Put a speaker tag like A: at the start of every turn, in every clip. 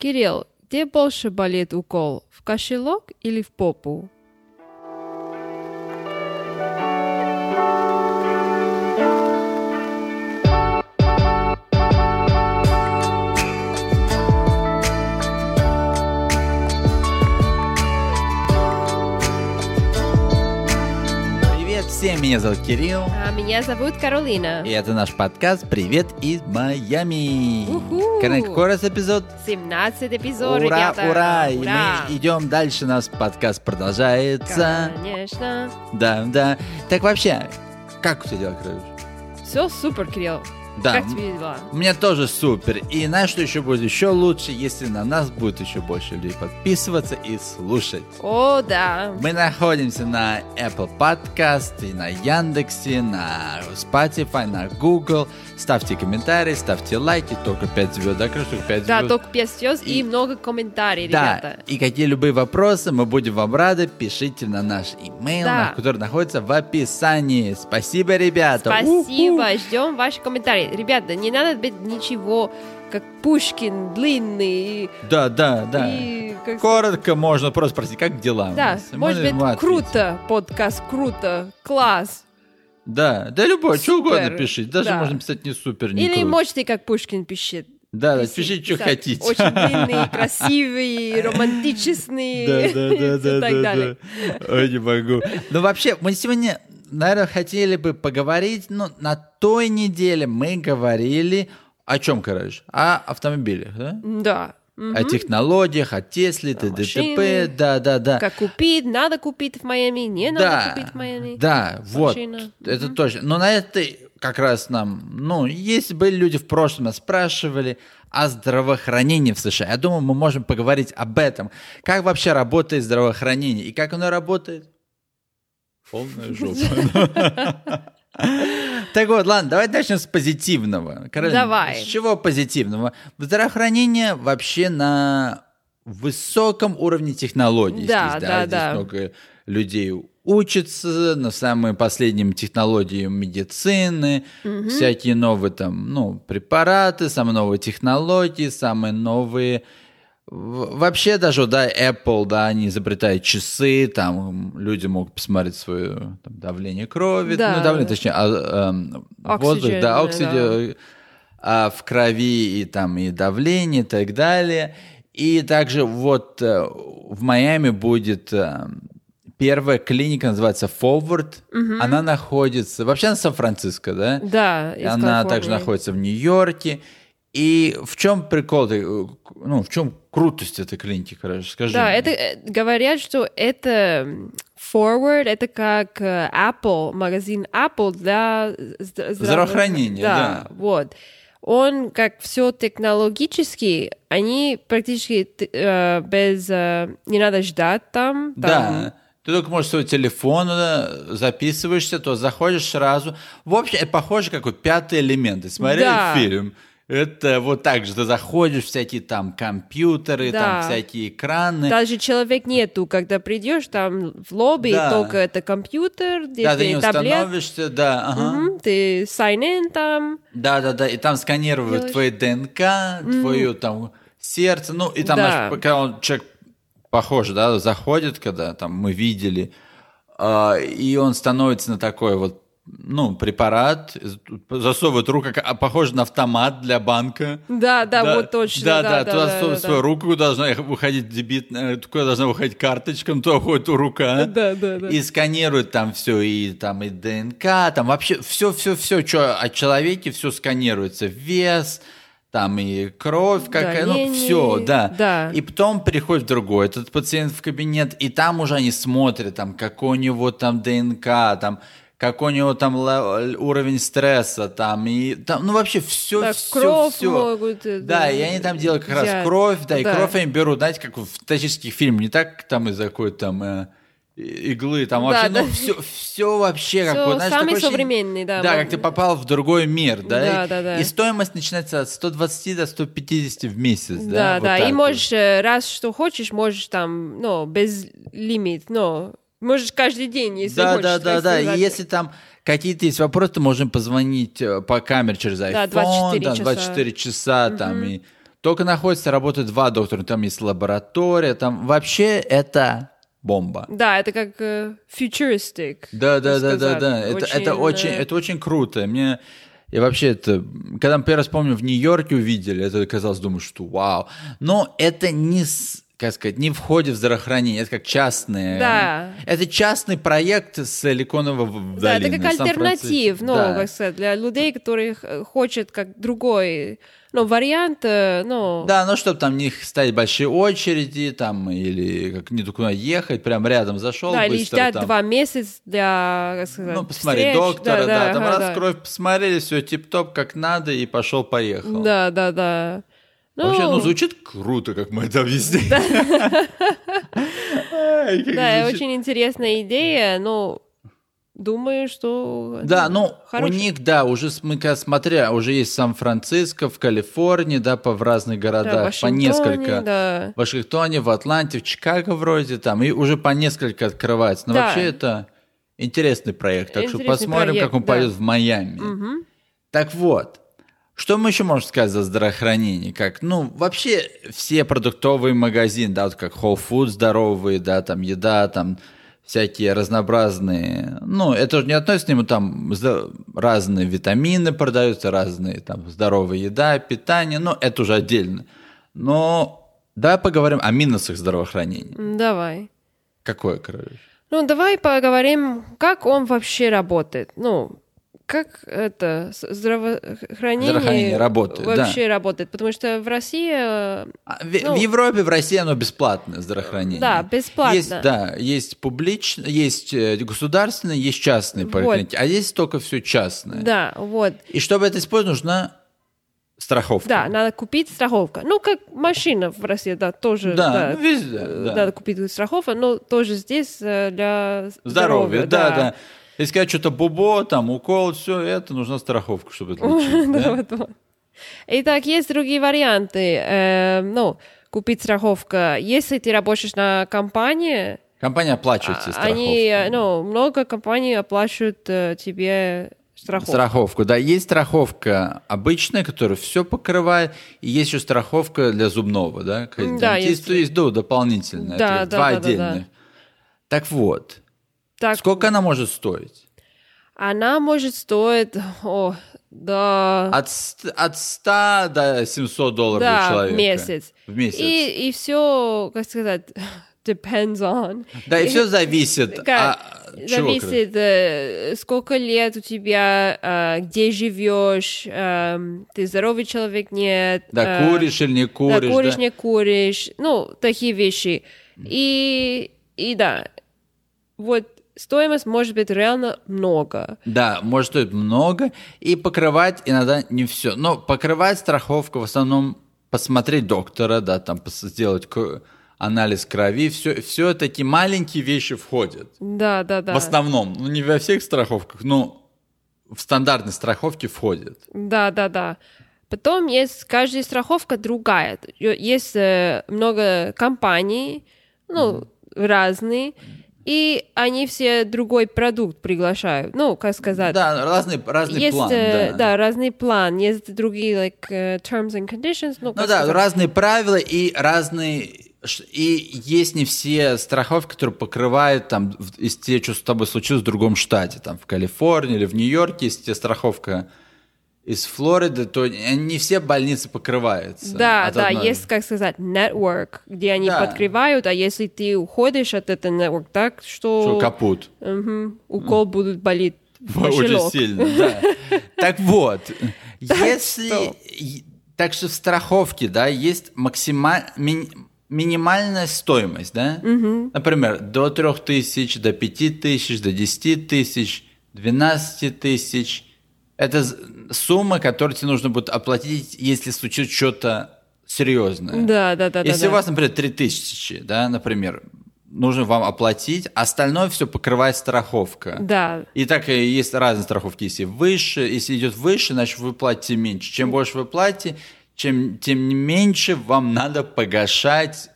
A: Кирилл, где больше болит укол, в кошелок или в попу?
B: Привет всем, меня зовут Кирилл.
A: А меня зовут Каролина.
B: И это наш подкаст «Привет из Майами».
A: Уху!
B: Короче, раз эпизод.
A: 17
B: Ура,
A: эпизод, ребята.
B: ура! И
A: Ура!
B: мы идем дальше, наш подкаст продолжается.
A: Конечно.
B: Да, да. Так вообще, как у тебя дела, Кровиш?
A: Все супер, Кирилл.
B: Да,
A: Как тебе дела?
B: у меня тоже супер. И знаешь, что еще будет еще лучше, если на нас будет еще больше людей подписываться и слушать.
A: О, да.
B: Мы находимся на Apple Podcast, и на Яндексе, на Spotify, на Google. Ставьте комментарии, ставьте лайки, только 5 звездок, только 5
A: Да,
B: звезд.
A: только 5 звезд и...
B: И-
A: много комментариев,
B: Да,
A: ребята.
B: и какие любые вопросы, мы будем вам рады, пишите на наш имейл,
A: Да.
B: на- который находится в описании. Спасибо, ребята!
A: Спасибо, ждем ваши комментарии. Ребята, не надо быть ничего, как Пушкин, длинный и...
B: У-ху! Да, да, да.
A: и как-
B: Коротко можно просто спросить, как дела? у
A: Да,
B: нас? И
A: может
B: мы
A: быть,
B: ему ответим.
A: круто, подкаст, круто, класс.
B: Да, да любой, что
A: Супер.
B: угодно пишите, даже
A: Да.
B: можно писать не супер, не
A: Или
B: круто.
A: можете, как Пушкин пишет.
B: Да, да,
A: писать,
B: пишите, что
A: писать.
B: хотите.
A: Очень длинный, красивый, романтичный.
B: Да, да, да,
A: и
B: да,
A: так
B: да,
A: далее.
B: да. Ой, не могу. Ну, вообще, мы сегодня, наверное, хотели бы поговорить, но на той неделе мы говорили о чем, короче? О автомобилях, да?
A: Да. Мгм.
B: О технологиях, о Тесле, т-
A: машины.
B: ДТП, да, да, да.
A: Как купить, надо купить в Майами, не надо
B: Э, да,
A: купить в Майами.
B: да, вот,
A: Машина.
B: это точно. Но на этой как раз нам, ну, если были люди в прошлом, нас спрашивали о здравоохранении в США. Я думаю, мы можем поговорить об этом. Как вообще работает здравоохранение и как оно работает? Полная жопа. Так вот, ладно, давай начнем с позитивного. Каролина,
A: Давай.
B: С чего позитивного? Здравоохранение вообще на высоком уровне технологий.
A: Да,
B: здесь,
A: да,
B: здесь
A: да.
B: много людей учатся на самые последним технологии медицины, всякие новые там, ну, препараты, самые новые технологии, самые новые в- Вообще даже, да, Apple, да, они изобретают часы, там м, люди могут посмотреть свое там, давление крови,
A: Да.
B: ну, давление, точнее, а, эм, воздух, да,
A: Оксиген,
B: оксид
A: да.
B: э, а, в крови и там и давление и так далее. И также вот э, в Майами будет э, первая клиника, называется Forward, она находится, вообще она Сан-Франциско, да?
A: Да, из
B: Она
A: Калифорнии.
B: также находится в Нью-Йорке. И в чем прикол, этой, э, к- ну, в чем крутость этой клиники, короче, скажи.
A: Да,
B: мне.
A: это э, говорят, что это м, Forward, это как э, Apple, магазин Apple для зд-
B: Здравоохранения, да.
A: вот. Он как все технологически, они практически т- э, без э, не надо ждать там. там.
B: Да. Ты только можешь свой телефон э, записываешься, то заходишь сразу. В общем, это похоже, как вот пятый элемент. Ты смотрел
A: Да.
B: фильм? Это вот так же. Ты заходишь, всякие там компьютеры,
A: Да.
B: там всякие экраны.
A: Даже человек нету, когда придешь там в лобби,
B: Да.
A: только это компьютер, где
B: Да, ты
A: ты
B: не а.
A: таблет,
B: установишься, да, ага.
A: мгм, ты sign in там.
B: Да, да, да. И там сканируют
A: Делаешь.
B: твои ДНК, твое там сердце. Ну, и там,
A: Да.
B: знаешь, когда он человек похож, да, заходит, когда там мы видели, а, и он становится на такой вот, ну, препарат, засовывает руку, как- а, похоже на автомат для банка.
A: Да, да, вот точно.
B: Да, да, туда
A: да,
B: засовывает
A: да,
B: свою руку, куда должна выходить дебит, э, куда должна выходить карточка, ну, туда уходит рука.
A: Да, да, да.
B: И сканируют там все, и там и ДНК, там вообще все-все-все, что о человеке, все сканируется. Вес, там и кровь какая, ну,
A: Давление,
B: все, да.
A: да.
B: И потом переходит другой этот пациент в кабинет, и там уже они смотрят, там, какой у него там ДНК, там, какой у него там ле- уровень стресса, там, и там, ну, вообще все,
A: Так,
B: все,
A: кровь
B: все.
A: могут, э,
B: Да,
A: да,
B: и они там делают как
A: взять.
B: раз кровь, да, и
A: Да.
B: кровь они берут, знаете, как в фантастических фильмах, не так как там из-за какой-то там э, и- иглы, там
A: Да,
B: вообще,
A: да.
B: ну, все, все вообще, как
A: Всё
B: вот, знаешь,
A: самый
B: такое ощущение-
A: современный, да,
B: Да,
A: вот.
B: как ты попал в другой мир, да,
A: Да,
B: и,
A: да, да.
B: и стоимость начинается от 120 до 150 в месяц, да,
A: Да,
B: вот
A: да,
B: так
A: и
B: вот.
A: можешь э, раз что хочешь, можешь там, ну, без лимит, но можешь каждый день, если
B: Да,
A: хочешь.
B: да,
A: так
B: да, да.
A: сказать.
B: И если там какие-то есть вопросы, то можем позвонить э, по камере через iPhone,
A: Да, 24
B: там,
A: часа.
B: 24 часа, там и Только находится, работают два доктора, там есть лаборатория, там вообще это бомба.
A: Да, это как э, futuristic.
B: Да, да, да,
A: так
B: да,
A: сказать.
B: да. Это, это очень,
A: э,
B: это очень круто. Мне и вообще это, когда мы первый раз помню, в Нью-Йорке увидели, это казалось, думаю, что вау. Но это не с- как сказать, не входит в здравоохранение, это как частные.
A: Да.
B: Это частный проект с Силиконовой в- долины.
A: Да, это как
B: Сан-Франциско.
A: альтернатив, ну,
B: Да.
A: как сказать, для людей, которые э, хочет как другой, ну, вариант, э, ну,
B: Да, ну, чтобы там не стоять большие очереди, там, или как не только ехать, прям рядом зашел
A: да,
B: быстро.
A: или ждать
B: там.
A: два месяца для, как сказать,
B: Ну, посмотри,
A: встреч.
B: доктора, да, там
A: ага,
B: раз кровь посмотрели, все тип-топ, как надо, и пошел-поехал.
A: Да, да, да. Ну,
B: Вообще, ну, звучит круто, как мы это объяснили. Ай, как
A: Да,
B: звучит.
A: очень интересная идея, но думаю, что...
B: Да, ну, у
A: хорошая.
B: них, да, уже, с- мы когда смотря, уже есть Сан-Франциско, в Калифорнии, да, по в разных
A: Да, в
B: городах, по
A: Вашингтоне,
B: несколько.
A: Да.
B: В Вашингтоне, в Атланте, в Чикаго вроде там, и уже по несколько открывается. Но
A: Да.
B: вообще это интересный проект, так что
A: Интересный
B: посмотрим, как
A: проект,
B: он
A: да.
B: пойдет в Майами.
A: Мгм.
B: Так вот, что мы еще можем сказать за здравоохранение? Как, ну, вообще все продуктовые магазины, да, вот как Whole Foods здоровые, да, там еда, там всякие разнообразные, ну, это же не относится к нему, там зда- разные витамины продаются, разные там здоровая еда, питание, ну, это уже отдельно. Но давай поговорим о минусах здравоохранения.
A: М, Давай.
B: Какое, короче?
A: Ну, давай поговорим, как он вообще работает. Ну, как это с- здравоохранение,
B: Здравоохранение работает, да.
A: вообще работает. Потому что в России... э,
B: А, В,
A: Ну,
B: в Европе, в России оно бесплатное здравоохранение.
A: Да, бесплатно.
B: Есть, да, есть публичное, есть э, государственное, есть частные
A: Вот.
B: поликлиники, а здесь только все частное.
A: Да, вот.
B: И чтобы это использовать, нужна страховка.
A: Да, надо купить страховку. Ну, как машина в России, да, тоже.
B: Да,
A: да,
B: ну, везде,
A: э,
B: да.
A: Надо купить страховку, но тоже здесь э, для
B: Здоровье,
A: здоровья.
B: да, да. Если когда что-то бубо, там укол, все это, нужна страховка, чтобы это лечить.
A: Да,
B: да?
A: вот, вот. Итак, есть другие варианты. Э, ну, купить страховку. Если ты работаешь на компании,
B: Компания оплачивает все страховку.
A: они, э, ну, много компаний оплачивают э, тебе страховку.
B: Страховку, да. Есть страховка обычная, которая все покрывает, и есть еще страховка для зубного, да? к
A: М, да,
B: дентисту
A: если-
B: есть, да, дополнительная.
A: Да,
B: это
A: да, да, да,
B: два
A: да.
B: отдельных. Так вот,
A: Так,
B: сколько она может стоить?
A: Она может стоить о, до
B: От, ст- от 100 до 700 долларов
A: да,
B: у человека.
A: в месяц.
B: В месяц.
A: И, и все, как сказать, depends on.
B: Да, и все зависит.
A: Как?
B: а, чего, короче?
A: Зависит, э, сколько лет у тебя, э, где живешь, эм, ты здоровый человек, нет.
B: Да,
A: э,
B: куришь или не куришь.
A: да, куришь,
B: да?
A: не куришь. Ну, такие вещи. И, и да, вот стоимость может быть реально много.
B: Да, может стоить много, и покрывать иногда не все. Но покрывать страховку в основном посмотреть доктора, да, там пос- сделать к- анализ крови, все, все такие маленькие вещи входят.
A: Да, да, да.
B: В основном, ну не во всех страховках, но в стандартной страховке входит.
A: Да, да, да. Потом есть каждая страховка другая. Ё- Есть э, много компаний, ну, разные, и они все другой продукт приглашают. Ну, как сказать.
B: Да, разный, разный
A: есть,
B: план.
A: э,
B: да.
A: разный план. Есть другие, like, э, terms and conditions. Ну,
B: Ну
A: как
B: да,
A: сказать.
B: разные правила и разные... ш- И есть не все страховки, которые покрывают там, в- если тебе что-то с тобой случилось в другом штате, там в Калифорнии или в Нью-Йорке, если тебе страховка из Флориды, то не все больницы покрываются.
A: Да,
B: от
A: да,
B: одной.
A: есть, как сказать, network, где они
B: Да.
A: подкрывают, а если ты уходишь от этого network, так
B: Что
A: что,
B: капут.
A: Мгм, укол будут болеть в
B: Очень
A: кошелек.
B: сильно, да. Так вот, если...
A: что?
B: и- Так что в страховке, да, есть максима- ми- минимальная стоимость, да? Например, до 3000, до 5000, до 10 тысяч, 12 тысяч. Это з- сумма, которую тебе нужно будет оплатить, если случится что-то серьезное.
A: Да, да, да, да,
B: Если
A: да.
B: у вас, например, 3000, да, например, нужно вам оплатить, а остальное все покрывает страховка.
A: Да,
B: И так и есть разные страховки. Если выше, если идет выше, значит вы платите меньше. Чем больше вы платите, чем, тем не меньше вам надо погашать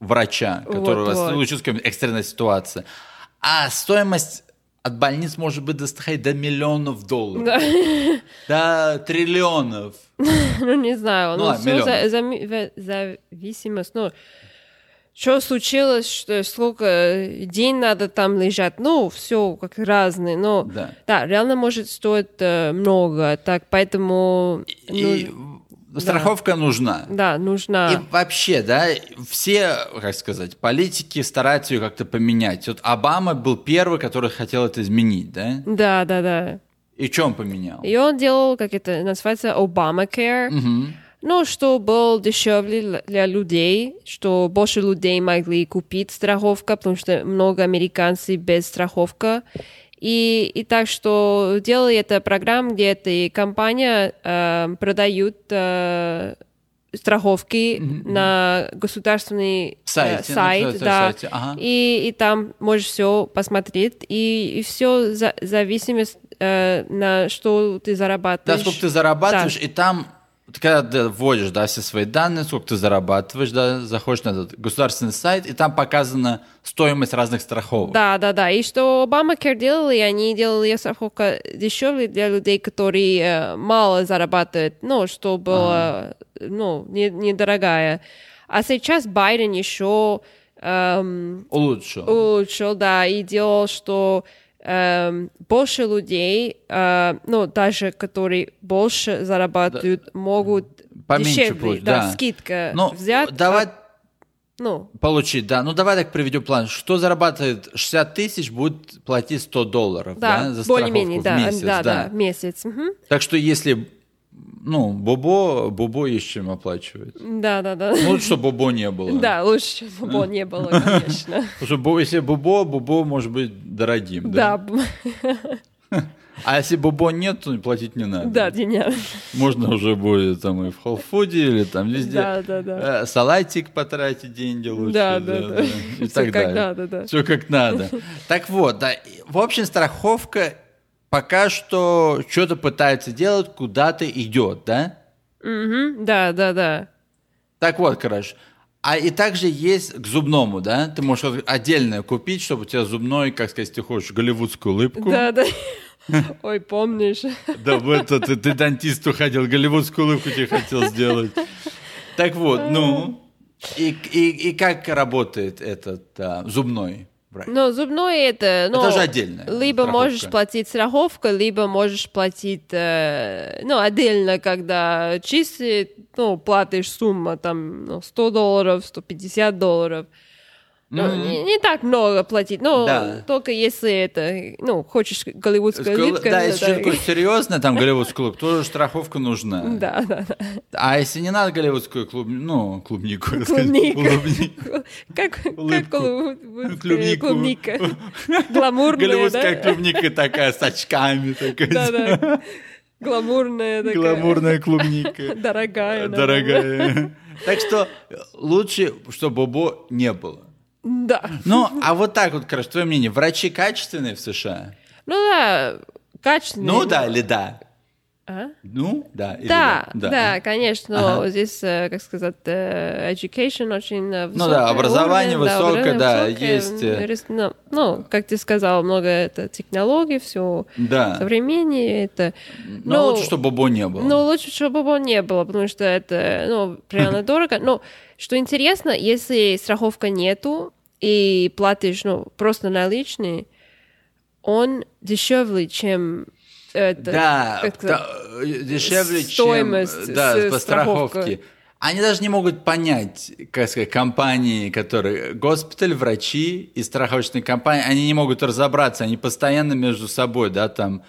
B: врача, который у вас
A: Вот-вот.
B: случилась какая-нибудь экстренная ситуация. А стоимость от больниц может быть доставать до миллионов долларов,
A: Да.
B: до триллионов.
A: Ну, не знаю,
B: Ну,
A: ну,
B: ладно,
A: все
B: миллион.
A: зависимость, ну, что случилось, что, сколько э, день надо там лежать, ну, все как разные, но,
B: Да.
A: реально может стоить э, много, так, поэтому,
B: И страховка нужна.
A: ну, да, нужна.
B: И вообще, да, все, как сказать, политики стараются ее как-то поменять. Вот Обама был первый, который хотел это изменить, да?
A: Да, да, да.
B: И что он поменял?
A: И он делал, как это называется, Obamacare, ну, что был дешевле л- для людей, что больше людей могли купить страховка, потому что много американцев без страховка. И, и так что делали это программа, где эта компания э, продают э, страховки на государственный э,
B: Сайте, на
A: сайт,
B: государственном
A: да,
B: сайте, ага.
A: и, и там можешь все посмотреть, и, и все за, зависимость э, на что ты
B: Да,
A: зарабатываешь.
B: сколько ты зарабатываешь, и там, ты когда ты вводишь, да, все свои данные, сколько ты зарабатываешь, да, заходишь на этот государственный сайт, и там показана стоимость разных страховок.
A: Да, да, да. И что Обамакер делали, они делали страховку дешевле для людей, которые э, мало зарабатывают, ну, что было, ну, не- недорогая. А сейчас Байден еще эм,
B: Улучшил.
A: улучшил, да, и делал, что эм, больше людей, э, ну, даже которые больше зарабатывают, могут
B: Поменьше
A: дешевле,
B: получ-
A: да,
B: да.
A: скидка
B: Ну,
A: взять.
B: давай
A: а, ну,
B: получить, да. Ну, давай так приведем план. Что зарабатывает 60 тысяч, будет платить 100 долларов, да,
A: да,
B: за
A: более-менее,
B: страховку
A: да,
B: в месяц,
A: да,
B: да.
A: да, в месяц. мгм.
B: Так что если, ну, Бобо, Бобо есть чем оплачивать.
A: Да, да, да.
B: Ну, чтобы Бобо не было.
A: Да, лучше, чтобы его не было, конечно.
B: Потому что Бо- если Бобо, Бобо может быть дорогим,
A: Да,
B: да?
A: б-
B: А если бобо нет, то платить не надо.
A: да, Диня.
B: Можно уже будет там и в холфуде, или там везде.
A: Да, да, да.
B: Э, Салатик потратить деньги лучше.
A: Да, да, да.
B: И
A: Всё
B: так
A: как
B: далее.
A: надо, да.
B: Все как надо. Так вот, да, и, в общем, страховка пока что что-то пытается делать, куда-то идет, да?
A: Мгм, Да, да, да.
B: Так вот, короче. А и также есть к зубному, да? Ты можешь вот отдельное купить, чтобы у тебя зубной, как сказать, ты хочешь голливудскую улыбку.
A: Да, да. Ой, помнишь?
B: Да, в это ты, ты дантисту ходил, голливудскую улыбку тебе хотел сделать. Так вот, ну. И, и, и как работает этот а, зубной врач?
A: Но зубной это... Ну,
B: Это же отдельно.
A: Либо
B: страховка.
A: можешь платить страховку, либо можешь платить, э, ну, отдельно, когда чистый, ну, платишь сумма там ну, 100 долларов, 150 долларов. Ну, не, не так много платить, но
B: Да.
A: только если это, ну, хочешь голливудская
B: Скол-
A: улыбка.
B: Да,
A: ну,
B: если
A: да.
B: что-то такое серьезное, там голливудскую клуб, то страховка нужна.
A: Да, да, да.
B: А если не надо голливудскую клуб, ну, клубнику, я сказал,
A: Клубнику.
B: клубнику,
A: Как, как
B: Улыбку.
A: голливудская
B: Клубнику.
A: клубника. Гламурная,
B: голливудская
A: да?
B: клубника такая с очками, такая,
A: Да-да. Гламурная такая.
B: гламурная клубника.
A: Дорогая. наверное.
B: Дорогая. Так что э, лучше, чтобы Бобо не было.
A: Да.
B: Ну, а вот так вот, короче, твое мнение, врачи качественные в США?
A: Ну да, качественный.
B: Ну да или да?
A: А?
B: Ну да или
A: Да, да,
B: да.
A: конечно,
B: Ага.
A: здесь, э, как сказать, э, education очень э,
B: Ну
A: высокий
B: да, образование
A: уровень,
B: высокое,
A: образование
B: да,
A: высокое,
B: есть, э,
A: м, рис- Ну, ну, как ты сказал, много это технологий, все
B: Да.
A: современнее это.
B: Но лучше, чтобы Бобо не было.
A: Ну, лучше, чтобы его не было, потому что это, ну, реально дорого. Но что интересно, если страховка нету и платишь, ну, просто наличные, он дешевле, чем это.
B: Да,
A: как это-
B: та- э, дешевле,
A: стоимость
B: чем э, да,
A: с-
B: по
A: страховка.
B: страховке. Они даже не могут понять, как сказать, компании, которые госпиталь, врачи и страховочные компании, они не могут разобраться, они постоянно между собой, да, там,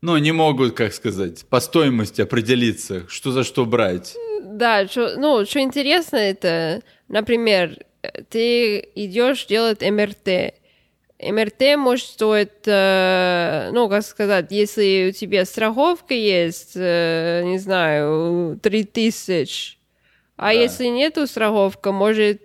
B: ну, не могут, как сказать, по стоимости определиться, что за что брать.
A: Да, чё- ну, что интересно, это, например, э, ты идешь делать МРТ. МРТ может стоить, э, ну, как сказать, если у тебя страховка есть, э, не знаю, 3000, а
B: Да.
A: если нету страховка, может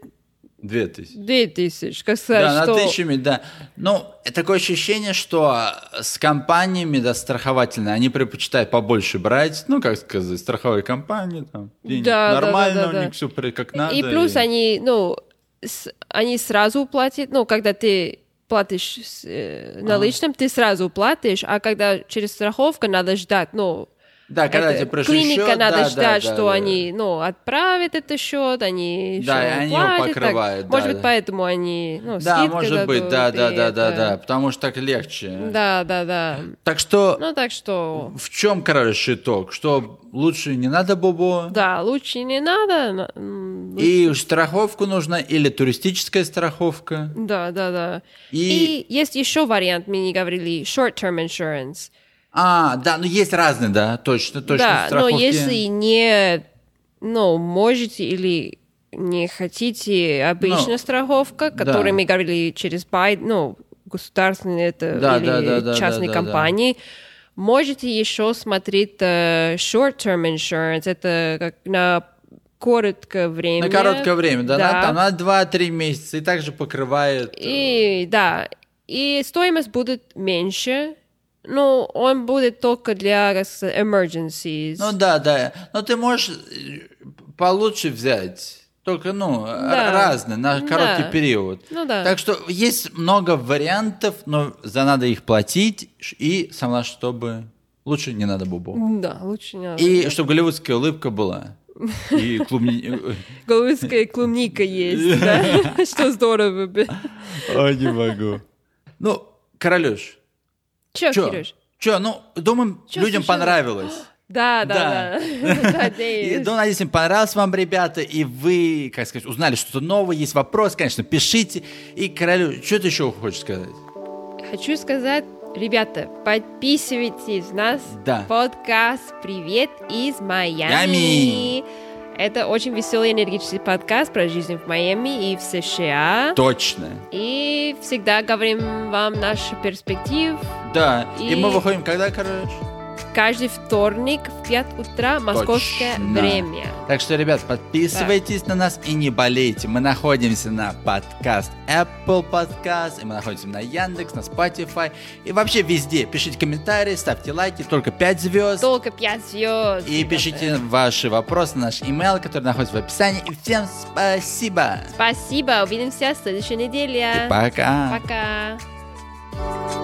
B: Две тысячи.
A: 2000, как сказать,
B: Да,
A: что...
B: на тысячами, да. Ну, э, такое ощущение, что э, с компаниями, да, страховательные, они предпочитают побольше брать, ну, как сказать, страховые компании, там, денег
A: Да, да, да,
B: нормально,
A: да, да.
B: у них все как надо.
A: и плюс они, ну, с- они сразу платят, ну, когда ты платишь с,
B: А.
A: э, наличным, ты сразу платишь, а когда через страховку надо ждать, ну,
B: Да, А когда
A: это-
B: тебе пришли
A: клиника
B: счет,
A: надо
B: да, да,
A: ждать,
B: да,
A: что
B: да.
A: они, ну, отправят этот счет, они
B: Да,
A: ещё
B: и они его
A: платят, так.
B: покрывают, да,
A: может
B: да.
A: быть, поэтому они, ну,
B: Да,
A: скидки
B: может быть,
A: дадут,
B: да, да,
A: и
B: да, да,
A: это-
B: да, потому что так легче.
A: Да, да, да.
B: Так что
A: Ну, так что,
B: в чем, короче, итог? Что лучше не надо бобо?
A: да, лучше не надо. на- м,
B: И страховку нужна или туристическая страховка?
A: Да, да, да.
B: И-
A: И, есть еще вариант, мы не говорили, short-term insurance.
B: А, да, ну есть разные, да, точно, точно.
A: да,
B: страховки.
A: но если не, ну, можете или не хотите обычную
B: Ну,
A: страховку,
B: да.
A: которую мы говорили через бай, ну, государственные это
B: Да,
A: или
B: да, да, да,
A: частные
B: да, да, да.
A: компании, можете еще смотреть э, short-term insurance, это как на короткое время.
B: На короткое время, да,
A: Да.
B: на- там на 2-3 месяца, и также покрывает. Э,
A: И да, и стоимость будет меньше, но он будет только для как сказать, emergencies.
B: Ну да, да. Но ты можешь э, получше взять. Только, ну, р-
A: Да.
B: разные, на короткий
A: Да.
B: период.
A: Ну да.
B: Так что есть много вариантов, но за надо их платить, ш- и сама, чтобы лучше не надо бубу.
A: Да, лучше не надо.
B: И чтобы голливудская улыбка была. И клубни...
A: Голландская клубника есть, да? Что здорово. бля.
B: Ой, не могу. Ну, Королюш,
A: Чё,
B: чё?
A: Кирюш?
B: Чё, ну, думаю,
A: Чё
B: людям
A: случилось?
B: понравилось.
A: Да,
B: Да.
A: да, да.
B: И,
A: Надеюсь.
B: ну, надеюсь, им понравилось вам, ребята, и вы, как сказать, узнали что-то новое, есть вопрос, конечно, пишите. И, королю, что ты еще хочешь сказать?
A: Хочу сказать, ребята, подписывайтесь нас.
B: Да.
A: Подкаст «Привет из Майами».
B: Ями.
A: Это очень веселый энергичный подкаст про жизнь в Майами и в США.
B: Точно.
A: И всегда говорим вам наш перспектив.
B: Да. И,
A: И-
B: мы выходим когда, королюш?
A: Каждый вторник в 5 утра московское
B: Точно.
A: время.
B: Так что, ребят, подписывайтесь на нас и не болейте. Мы находимся на подкаст Apple Podcast, и мы находимся на Яндекс, на Spotify, и вообще везде. Пишите комментарии, ставьте лайки, только 5 звезд.
A: Только 5 звезд.
B: И пишите ваши вопросы на наш email, который находится в описании. И всем спасибо.
A: Спасибо, увидимся в следующей неделе.
B: Пока.
A: Пока.